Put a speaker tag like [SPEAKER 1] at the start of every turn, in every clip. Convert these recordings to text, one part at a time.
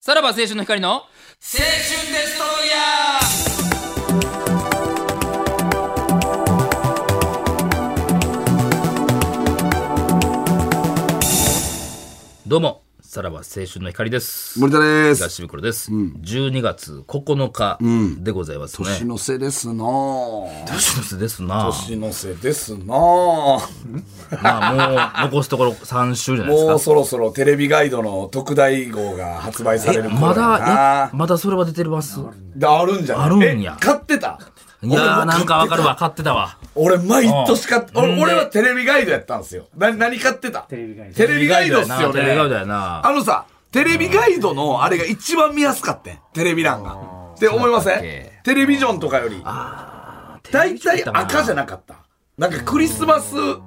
[SPEAKER 1] さらば青春の光の青春デストロイヤーどうもさらば青春の光です
[SPEAKER 2] 森田で
[SPEAKER 1] 東
[SPEAKER 2] す。
[SPEAKER 1] 袋です、12月9日でございますね、
[SPEAKER 2] 年の瀬ですなぁ
[SPEAKER 1] 年の瀬ですな
[SPEAKER 2] 年の瀬ですなぁ
[SPEAKER 1] まあもう残すところ3週じゃないですか
[SPEAKER 2] もうそろそろテレビガイドの特大号が発売される頃
[SPEAKER 1] ま
[SPEAKER 2] やな
[SPEAKER 1] だやまだそれは出てます
[SPEAKER 2] だあるんじゃない
[SPEAKER 1] あるんや
[SPEAKER 2] え買ってた
[SPEAKER 1] いやーなんかわかるわ買ってたわ
[SPEAKER 2] 俺毎年買って
[SPEAKER 1] うん
[SPEAKER 2] 俺
[SPEAKER 1] で
[SPEAKER 2] 俺はテレビガイドやったんですよな何買ってたテレビガイドテレビガイドっすよね
[SPEAKER 1] テレビガイドやな
[SPEAKER 2] あのさテレビガイドのあれが一番見やすかったんテレビ欄がって思いま
[SPEAKER 1] そ
[SPEAKER 2] せ
[SPEAKER 1] うだっ
[SPEAKER 2] ん
[SPEAKER 1] け
[SPEAKER 2] テレビジョンとかより大体赤じゃなかったなんかクリスマス色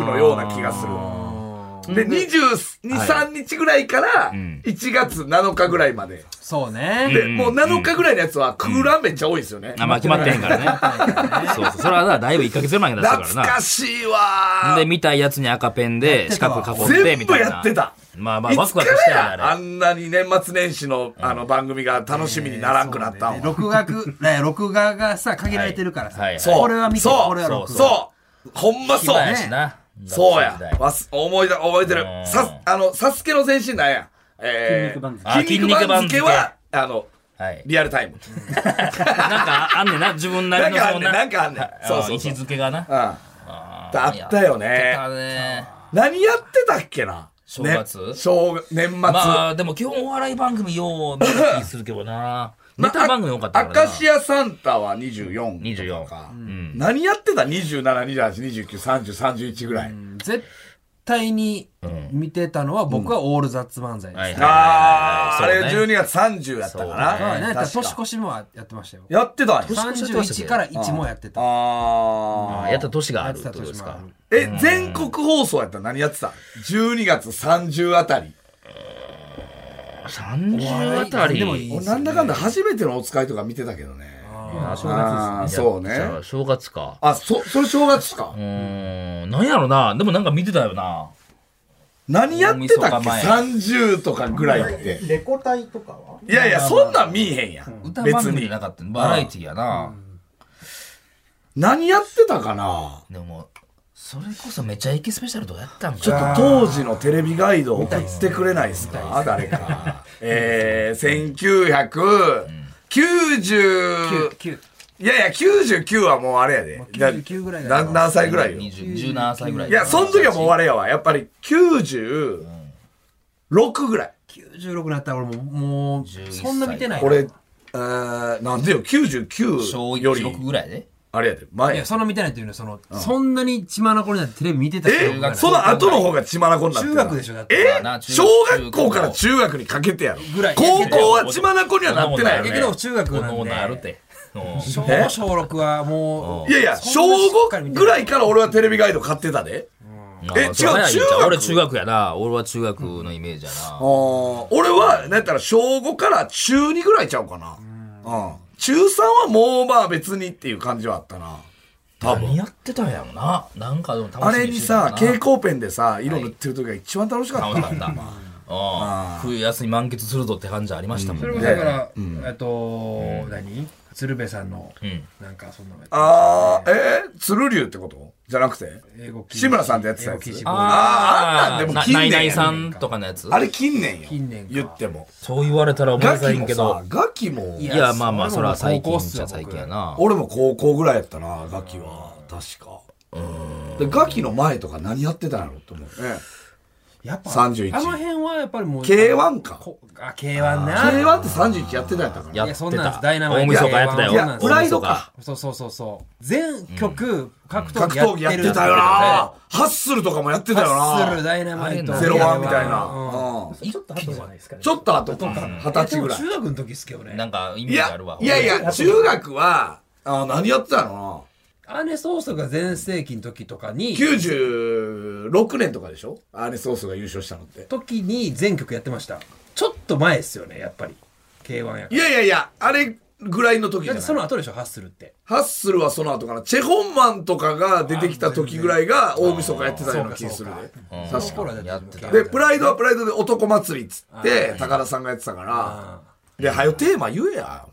[SPEAKER 2] のような気がするで
[SPEAKER 1] は
[SPEAKER 2] 223日ぐらいから
[SPEAKER 1] ん
[SPEAKER 2] 1月7日ぐらいまで
[SPEAKER 3] そうね。
[SPEAKER 2] でもう7日ぐらいのやつは空欄めっちゃ多いんですよね
[SPEAKER 1] あ、まあ、決まってへんからね。 そうそう。それはなだいぶ1ヶ月前に出したから
[SPEAKER 2] 懐か
[SPEAKER 1] な。
[SPEAKER 2] しいわ
[SPEAKER 1] で、
[SPEAKER 2] ー
[SPEAKER 1] 見たいやつに赤ペンで四角囲んで、
[SPEAKER 2] 全
[SPEAKER 1] み
[SPEAKER 2] 部
[SPEAKER 1] たいな。
[SPEAKER 2] やってた
[SPEAKER 1] まあまあ、
[SPEAKER 2] い
[SPEAKER 1] ワ
[SPEAKER 2] つ
[SPEAKER 1] クワ
[SPEAKER 2] か
[SPEAKER 1] クしたよね、
[SPEAKER 2] ら
[SPEAKER 1] あ
[SPEAKER 2] あ
[SPEAKER 1] れ。
[SPEAKER 2] んなに年末年始のあの番組が楽しみにならんくなったんは
[SPEAKER 3] 録画 く、ね、録画がさ、限られてるからさ。
[SPEAKER 1] はいはい
[SPEAKER 2] そう。
[SPEAKER 3] これは見て、
[SPEAKER 2] そう。
[SPEAKER 3] これは録画。
[SPEAKER 2] そう。ほんまそう
[SPEAKER 1] 暇。やしな。
[SPEAKER 2] そうや
[SPEAKER 1] 学生時代。
[SPEAKER 2] わす思い出、覚えてる
[SPEAKER 1] う。ん
[SPEAKER 2] さ、あの、サスケの前身なんや。え
[SPEAKER 1] あ
[SPEAKER 2] ー、筋肉番付は、あの、
[SPEAKER 1] はい。
[SPEAKER 2] リアルタ イム。
[SPEAKER 1] なんかあんねんな、自分な
[SPEAKER 2] なん
[SPEAKER 1] りの
[SPEAKER 2] かあ
[SPEAKER 1] そ
[SPEAKER 2] ん
[SPEAKER 1] う
[SPEAKER 2] ねん、
[SPEAKER 1] な。
[SPEAKER 2] なんかあんねん。そうそう
[SPEAKER 1] 位
[SPEAKER 2] そ
[SPEAKER 1] 置
[SPEAKER 2] う。
[SPEAKER 1] づけがな。
[SPEAKER 2] うん
[SPEAKER 1] あ
[SPEAKER 2] あったよね
[SPEAKER 1] やってたね。
[SPEAKER 2] 何やってたっけな
[SPEAKER 1] 正月
[SPEAKER 2] ね正月、年末。
[SPEAKER 1] まあ、でも基本お笑い番組よう見る気するけどな。ネタ番組多かったから
[SPEAKER 2] ア
[SPEAKER 1] な。
[SPEAKER 2] カシアサンタは24。
[SPEAKER 1] 24
[SPEAKER 2] か
[SPEAKER 1] う。ん。
[SPEAKER 2] 何やってた ?27、28、29、30、31ぐらい。
[SPEAKER 3] 絶対に見てたのは、僕はオールザッツ漫才です。
[SPEAKER 1] はいはい
[SPEAKER 2] あー、あ
[SPEAKER 1] はい
[SPEAKER 2] れ
[SPEAKER 1] はいそうね
[SPEAKER 2] 12月30やった
[SPEAKER 1] そ
[SPEAKER 2] か
[SPEAKER 1] うね
[SPEAKER 3] はい、なん
[SPEAKER 2] な。
[SPEAKER 3] やったら
[SPEAKER 2] 確
[SPEAKER 3] 年
[SPEAKER 2] か
[SPEAKER 3] 越しもやってましたよ。
[SPEAKER 2] やってたんや。
[SPEAKER 1] 年越しやってましたっけ
[SPEAKER 3] 31から1もやってた。
[SPEAKER 2] あ
[SPEAKER 1] あ
[SPEAKER 2] あ。
[SPEAKER 1] やった年があ
[SPEAKER 3] やっ
[SPEAKER 1] るってて
[SPEAKER 3] た
[SPEAKER 1] ことです
[SPEAKER 3] 年もあ
[SPEAKER 1] か。
[SPEAKER 3] る。
[SPEAKER 2] え、全国放送やったら何やってた ?12 月30あたり。
[SPEAKER 1] 30あたり。
[SPEAKER 3] でもいい
[SPEAKER 2] 俺なんだかんだ初めてのお使いとか見てたけどね。
[SPEAKER 1] あ正
[SPEAKER 2] ああ、
[SPEAKER 1] 月ですね。
[SPEAKER 2] そうね
[SPEAKER 1] じゃあ正月か。
[SPEAKER 2] あ、そ、それ正月か
[SPEAKER 1] う。ーん、なんやろな。でもなんか見てたよな。
[SPEAKER 2] 何やってた
[SPEAKER 1] 大
[SPEAKER 2] っけ
[SPEAKER 1] 晦日
[SPEAKER 2] ?30 とかぐらいって。
[SPEAKER 4] レコ大とかはい
[SPEAKER 2] やいや、そんなん見えへんやん。
[SPEAKER 1] 歌番
[SPEAKER 2] 別
[SPEAKER 1] 組じ
[SPEAKER 2] に
[SPEAKER 1] ゃな。かった。バラエティやな。
[SPEAKER 2] 何やってたかな
[SPEAKER 1] でも、それこそめちゃイケスペシャルとかやったん
[SPEAKER 2] ちょ
[SPEAKER 1] か
[SPEAKER 2] っ
[SPEAKER 1] な。
[SPEAKER 2] と当時のテレビガイド送ってくれないですか誰か。えー、1990、
[SPEAKER 3] 9、
[SPEAKER 2] いやいや、99はもうあれやで。
[SPEAKER 3] 99ぐらいだ
[SPEAKER 2] な
[SPEAKER 3] よ
[SPEAKER 2] 何歳ぐらいよ。い
[SPEAKER 1] 20 17歳ぐらい。
[SPEAKER 2] や、その時はもうあれやわ。やっぱり96ぐらい。
[SPEAKER 3] 96になったら俺も、もう、そんな見てない。
[SPEAKER 2] 俺、えーなんでよ、
[SPEAKER 1] 小
[SPEAKER 2] 99よ
[SPEAKER 1] 1、6
[SPEAKER 2] り、
[SPEAKER 1] ぐらいで。
[SPEAKER 2] あれやで、
[SPEAKER 3] い
[SPEAKER 2] 前
[SPEAKER 3] や、。そんな見てないっていうのは、その、そんなに血まなこになってテレビ見てた記憶がな
[SPEAKER 2] え
[SPEAKER 3] い
[SPEAKER 2] その後の方が血まなこになって
[SPEAKER 3] 中
[SPEAKER 2] る
[SPEAKER 3] 学でしょ、だって。
[SPEAKER 2] え
[SPEAKER 1] まあな中
[SPEAKER 2] 小学校から中学にかけてやろ。
[SPEAKER 3] ぐらい
[SPEAKER 2] 高校は血まなこにはなってないよ
[SPEAKER 1] え
[SPEAKER 3] え
[SPEAKER 2] ね
[SPEAKER 3] け。ど中学
[SPEAKER 1] こ
[SPEAKER 3] なんで
[SPEAKER 1] の女あるって。うん
[SPEAKER 3] 小
[SPEAKER 2] え
[SPEAKER 3] 5小6はもう
[SPEAKER 2] いやいや、小
[SPEAKER 3] そんなしっかり
[SPEAKER 2] 5
[SPEAKER 3] 見て
[SPEAKER 2] ぐらいから俺はテレビガイド買ってたで。え違う
[SPEAKER 1] そう早いんちゃ
[SPEAKER 2] 中学
[SPEAKER 1] 俺中学やな。俺は中学のイメージやな。
[SPEAKER 2] 俺は、なんやったら小5から中2ぐらいちゃうかな。うん。中3はもうまあ別にっていう感じはあったな。多分
[SPEAKER 1] 何。やってたんやろな。なんかでも楽しみ
[SPEAKER 2] あれにさ、
[SPEAKER 1] してたな
[SPEAKER 2] 蛍光ペンでさ、色塗ってる時が一番楽しかった。
[SPEAKER 1] 楽しかった。ああ冬休み満喫するぞって感じありましたもん
[SPEAKER 3] そ
[SPEAKER 1] ね
[SPEAKER 3] れ。もだからえっと何鶴瓶さんの
[SPEAKER 1] ん
[SPEAKER 3] なんかそんなのやって
[SPEAKER 2] あー、えー、鶴竜ってことじゃなくて
[SPEAKER 3] 英語禁止
[SPEAKER 2] 志村さんってやってたや
[SPEAKER 3] 英語禁
[SPEAKER 2] つ
[SPEAKER 3] 止
[SPEAKER 2] あーあんなんでも
[SPEAKER 1] な
[SPEAKER 2] 近
[SPEAKER 1] ナイ
[SPEAKER 2] 年
[SPEAKER 1] ナイ
[SPEAKER 2] や
[SPEAKER 1] さ
[SPEAKER 2] ね
[SPEAKER 1] んとかのやつ
[SPEAKER 2] あれ近年よ。
[SPEAKER 3] 近年か
[SPEAKER 2] 言っても。
[SPEAKER 1] そう言われたら思い出
[SPEAKER 2] ガ
[SPEAKER 1] さ
[SPEAKER 2] キ
[SPEAKER 1] へん
[SPEAKER 2] も
[SPEAKER 1] けど
[SPEAKER 2] さ、。ガキも
[SPEAKER 1] い、や、まあまあ、そ
[SPEAKER 3] そ
[SPEAKER 1] れ
[SPEAKER 3] れ
[SPEAKER 1] は
[SPEAKER 3] は
[SPEAKER 1] 最
[SPEAKER 3] 高
[SPEAKER 1] 近
[SPEAKER 3] 校っす
[SPEAKER 1] じゃ
[SPEAKER 3] よ
[SPEAKER 1] 最近やな。
[SPEAKER 2] 俺も高校ぐらいやったな、ガキは。確か。で、ガキの前とか何やってたんやろって思うね。
[SPEAKER 3] やっぱ
[SPEAKER 2] 31
[SPEAKER 3] あの辺はやっぱりもう
[SPEAKER 2] K1 か。
[SPEAKER 3] こあ K1 な
[SPEAKER 2] K1 って31やってたんやったから。
[SPEAKER 1] やって
[SPEAKER 3] いや
[SPEAKER 1] た。
[SPEAKER 3] そんなんですダイナマイ
[SPEAKER 1] 大
[SPEAKER 3] ト
[SPEAKER 1] 晦日やってたよ。
[SPEAKER 2] いや、プライドか。
[SPEAKER 3] そうそうそうそう全曲格
[SPEAKER 2] 格
[SPEAKER 3] 闘
[SPEAKER 2] 闘技
[SPEAKER 3] 技
[SPEAKER 2] や
[SPEAKER 3] や
[SPEAKER 2] っ
[SPEAKER 3] ってて
[SPEAKER 2] た
[SPEAKER 3] る
[SPEAKER 2] よなハッスルとかもやってたよ
[SPEAKER 3] ハッスル
[SPEAKER 2] な
[SPEAKER 3] ダイナマイト
[SPEAKER 1] あれ
[SPEAKER 2] ゼロワンみたい
[SPEAKER 3] うん
[SPEAKER 2] な。うん
[SPEAKER 1] 一気に
[SPEAKER 2] ちょっと後か、二十歳ぐらい
[SPEAKER 3] でも。中学の時っすけどね
[SPEAKER 1] なんか、イメ
[SPEAKER 2] い
[SPEAKER 1] ージあ
[SPEAKER 2] や
[SPEAKER 1] るわ、。
[SPEAKER 2] いやいや、中学は、あ何やってたの
[SPEAKER 3] 姉ソースが全盛期の時とかに
[SPEAKER 2] な ?96 年とかでしょアーネス・オースが優勝したのって。
[SPEAKER 3] 時に全曲やってましたちょっと前ですよねやっぱり K1 やから
[SPEAKER 2] いやいやいや、あれ、ぐらいの時じ
[SPEAKER 3] だ
[SPEAKER 2] ゃ
[SPEAKER 3] っ
[SPEAKER 2] な
[SPEAKER 3] て
[SPEAKER 2] い
[SPEAKER 3] その後でしょ、ハッスルって。
[SPEAKER 2] ハッスルはその後かな。チェホンマンとかが出てきた時ぐらいが大晦日やってたような気するで。
[SPEAKER 1] うん
[SPEAKER 2] 確
[SPEAKER 3] その頃だ
[SPEAKER 1] やってた
[SPEAKER 2] で、プライドはプライドで男祭りっつって、高田さんがやってたから、で、はよテーマ言えや。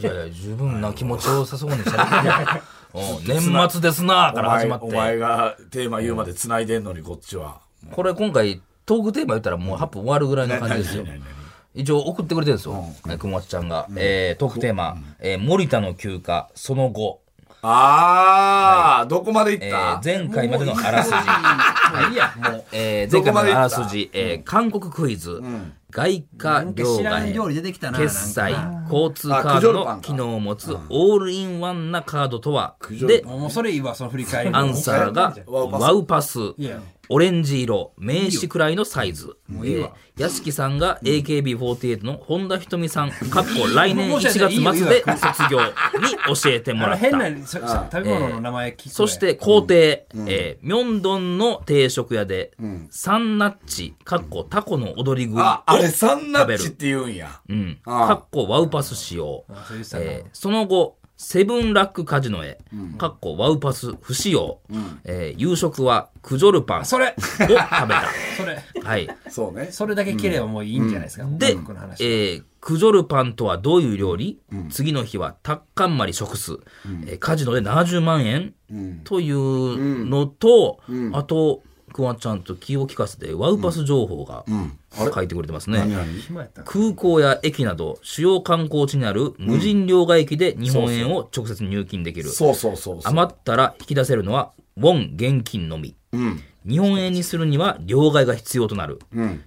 [SPEAKER 1] いやいや、十分な気持ちよさそうにしゃ べってるうん年末ですなー
[SPEAKER 2] お
[SPEAKER 1] から
[SPEAKER 2] 前
[SPEAKER 1] 始ま
[SPEAKER 2] お前
[SPEAKER 1] って。
[SPEAKER 2] がテーマ言うまで繋いでんのに、こっちは。
[SPEAKER 1] これ今回、トークテーマ言ったらもう8分終わるぐらいの感じですよ
[SPEAKER 2] 何何何。
[SPEAKER 1] 一応送ってくれてるんですよ。えくもちちゃんが。えートークテーマ、えー森田の休暇、その後。
[SPEAKER 2] あー、どこまで行
[SPEAKER 1] え
[SPEAKER 2] っ
[SPEAKER 1] ー
[SPEAKER 2] た
[SPEAKER 1] 前回までのあらすじ。
[SPEAKER 3] もういいや、もう。
[SPEAKER 1] えー
[SPEAKER 2] ど
[SPEAKER 1] 前
[SPEAKER 2] こ
[SPEAKER 1] 回
[SPEAKER 2] ま
[SPEAKER 1] までの
[SPEAKER 2] で行った
[SPEAKER 1] あらすじ、えー韓国クイズ、外貨
[SPEAKER 3] なんか
[SPEAKER 1] 両
[SPEAKER 3] 知らん料理出
[SPEAKER 1] 替、
[SPEAKER 3] てきたな。
[SPEAKER 1] 決済
[SPEAKER 3] なんか、
[SPEAKER 1] 交通カ
[SPEAKER 2] あク
[SPEAKER 1] ー
[SPEAKER 2] ジョ
[SPEAKER 1] ド
[SPEAKER 2] ルパン
[SPEAKER 1] の
[SPEAKER 2] か
[SPEAKER 1] 機能を持つオールインワンなカードとは
[SPEAKER 2] ジョル
[SPEAKER 1] で
[SPEAKER 2] パ、
[SPEAKER 3] もうそれいいわ、その振り返り。
[SPEAKER 1] アンサーが
[SPEAKER 2] ワウパス
[SPEAKER 1] ワウパス
[SPEAKER 3] いや、
[SPEAKER 1] オレンジ色、名刺くらいのサイズ。えー屋敷さんが AKB48 の本田瞳さん、かっこ来年
[SPEAKER 3] も
[SPEAKER 1] 1
[SPEAKER 3] う 申し訳ない
[SPEAKER 1] 月末
[SPEAKER 3] いいよい
[SPEAKER 1] で
[SPEAKER 3] いよ
[SPEAKER 1] 卒業に教えてもら
[SPEAKER 3] あの
[SPEAKER 1] っ
[SPEAKER 3] 変
[SPEAKER 1] た
[SPEAKER 3] な。そそ食べ物の名前聞く、
[SPEAKER 1] そして皇帝、えー、ミョンドンの定食屋で、サンナッチ、かっこタコの踊り食いを
[SPEAKER 2] あ、あれサンナ
[SPEAKER 1] 食べ
[SPEAKER 2] ッチっ
[SPEAKER 1] る。
[SPEAKER 2] て言うんや。
[SPEAKER 1] うん。
[SPEAKER 2] ああ
[SPEAKER 1] かっこワウパス使用。
[SPEAKER 3] そういうさ、
[SPEAKER 1] えーその後、セブンラックカジノへ、かっこワウパス不使用。えー夕食はクジョルパンを食
[SPEAKER 3] そ
[SPEAKER 1] べ
[SPEAKER 3] れ
[SPEAKER 1] た。
[SPEAKER 3] それ
[SPEAKER 1] はい。
[SPEAKER 2] そうね。
[SPEAKER 3] それだけ切ればもういいんじゃないですか、
[SPEAKER 1] で、え
[SPEAKER 3] 韓国の話、
[SPEAKER 1] ークジョルパンとはどういう料理、次の日はタッカンマリ食す、えーカジノで70万円、というのと、あと、くわちゃんと気を利かせてワウパス情報が書いてくれてますね。
[SPEAKER 3] 暇やったな
[SPEAKER 1] 空港や駅など主要観光地にある無人両替機で日本円を直接入金できる。
[SPEAKER 2] そうそうそうそう。
[SPEAKER 1] 余ったら引き出せるのはウォン現金のみ、日本円にするには両替が必要となる、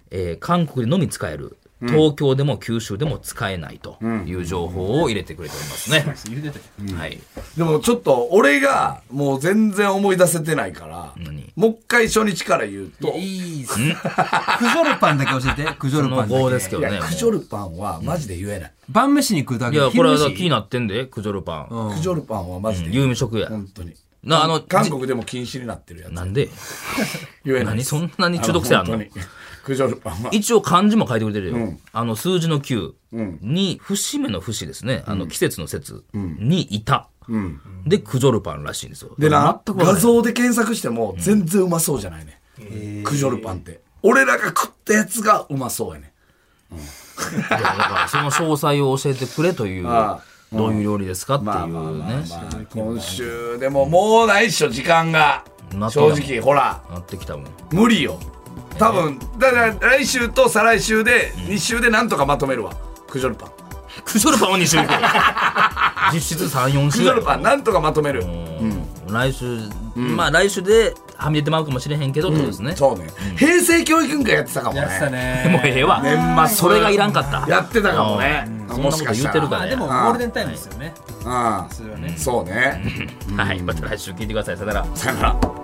[SPEAKER 1] えー韓国でのみ使える東京でも九州でも使えないという情報を入れてくれておりますね、
[SPEAKER 3] 言うてたけ
[SPEAKER 1] はい
[SPEAKER 2] でもちょっと俺がもう全然思い出せてないから
[SPEAKER 1] 何、
[SPEAKER 2] もう一回初日から言う
[SPEAKER 3] ど
[SPEAKER 2] と
[SPEAKER 3] いや、いいっすクジョルパンだけ教えてクジョル
[SPEAKER 1] こ
[SPEAKER 3] パ
[SPEAKER 1] の
[SPEAKER 3] ンだ
[SPEAKER 1] 号
[SPEAKER 3] け
[SPEAKER 1] ですけどねも
[SPEAKER 2] クジョルパンはマジで言えない。
[SPEAKER 3] 晩飯に食うだ
[SPEAKER 1] う
[SPEAKER 3] け
[SPEAKER 1] いやこれは
[SPEAKER 3] 昼飯
[SPEAKER 1] 気になってんでクジョルパン、
[SPEAKER 2] クジョルパンはマジで言え
[SPEAKER 1] 有名食や
[SPEAKER 2] ない。本当に。
[SPEAKER 1] なあの
[SPEAKER 2] 韓
[SPEAKER 1] じ
[SPEAKER 2] 国でも禁止になってるやつ。
[SPEAKER 1] なんで
[SPEAKER 2] 言えない
[SPEAKER 1] 何
[SPEAKER 2] です。
[SPEAKER 1] そんなに中毒性あんの
[SPEAKER 2] 本当にクジョルパンは。
[SPEAKER 1] 一応漢字も書いてくれてるよ、あの数字の9に節目の節ですねあの季節の節にいた、でクジョルパンらしいんですよ
[SPEAKER 2] でな、
[SPEAKER 1] 全くわか
[SPEAKER 2] 画
[SPEAKER 1] んない
[SPEAKER 2] 像で検索しても全然うまそうじゃないね。クジョルパンって。俺らが食ったやつがうまそうやね。
[SPEAKER 1] いやだからその詳細を教えてくれという
[SPEAKER 2] ああ
[SPEAKER 1] どういう料理ですかって
[SPEAKER 2] まあ
[SPEAKER 1] い
[SPEAKER 2] まあ
[SPEAKER 1] う
[SPEAKER 2] まあ
[SPEAKER 1] ね
[SPEAKER 2] まあ、今週でももうないっしょ、時間が
[SPEAKER 1] な。ってる
[SPEAKER 2] 正
[SPEAKER 1] やん
[SPEAKER 2] 直、ほら。
[SPEAKER 1] なってきたもん
[SPEAKER 2] 無理よ多分だから来週と再来週で2週でなんとかまとめるわクジョルパン
[SPEAKER 1] クジョルパンを2週行こう 実質34
[SPEAKER 2] ク
[SPEAKER 1] 週
[SPEAKER 2] ジ
[SPEAKER 1] や
[SPEAKER 2] ョ
[SPEAKER 1] ろ
[SPEAKER 2] ルパンなんとかまとめる
[SPEAKER 1] うん来週、まあ来週ではみ出てまうかもしれへんけどってことですね、
[SPEAKER 2] そうね平成教育委員会やってたかも
[SPEAKER 3] やってた
[SPEAKER 2] ね
[SPEAKER 3] ね
[SPEAKER 1] もうええわ
[SPEAKER 2] 年末
[SPEAKER 1] それがいらんかった
[SPEAKER 2] やってたかもね
[SPEAKER 1] うんそんな
[SPEAKER 2] も
[SPEAKER 1] こ
[SPEAKER 2] し
[SPEAKER 1] と
[SPEAKER 2] かし
[SPEAKER 1] 言
[SPEAKER 2] た
[SPEAKER 1] って
[SPEAKER 2] ら
[SPEAKER 1] るから
[SPEAKER 3] あ
[SPEAKER 1] や
[SPEAKER 3] でもゴールデンタイムですよね
[SPEAKER 2] ら
[SPEAKER 3] それはね
[SPEAKER 2] そうね
[SPEAKER 1] はいまた来週聞いてくださいさよなら
[SPEAKER 2] さよなら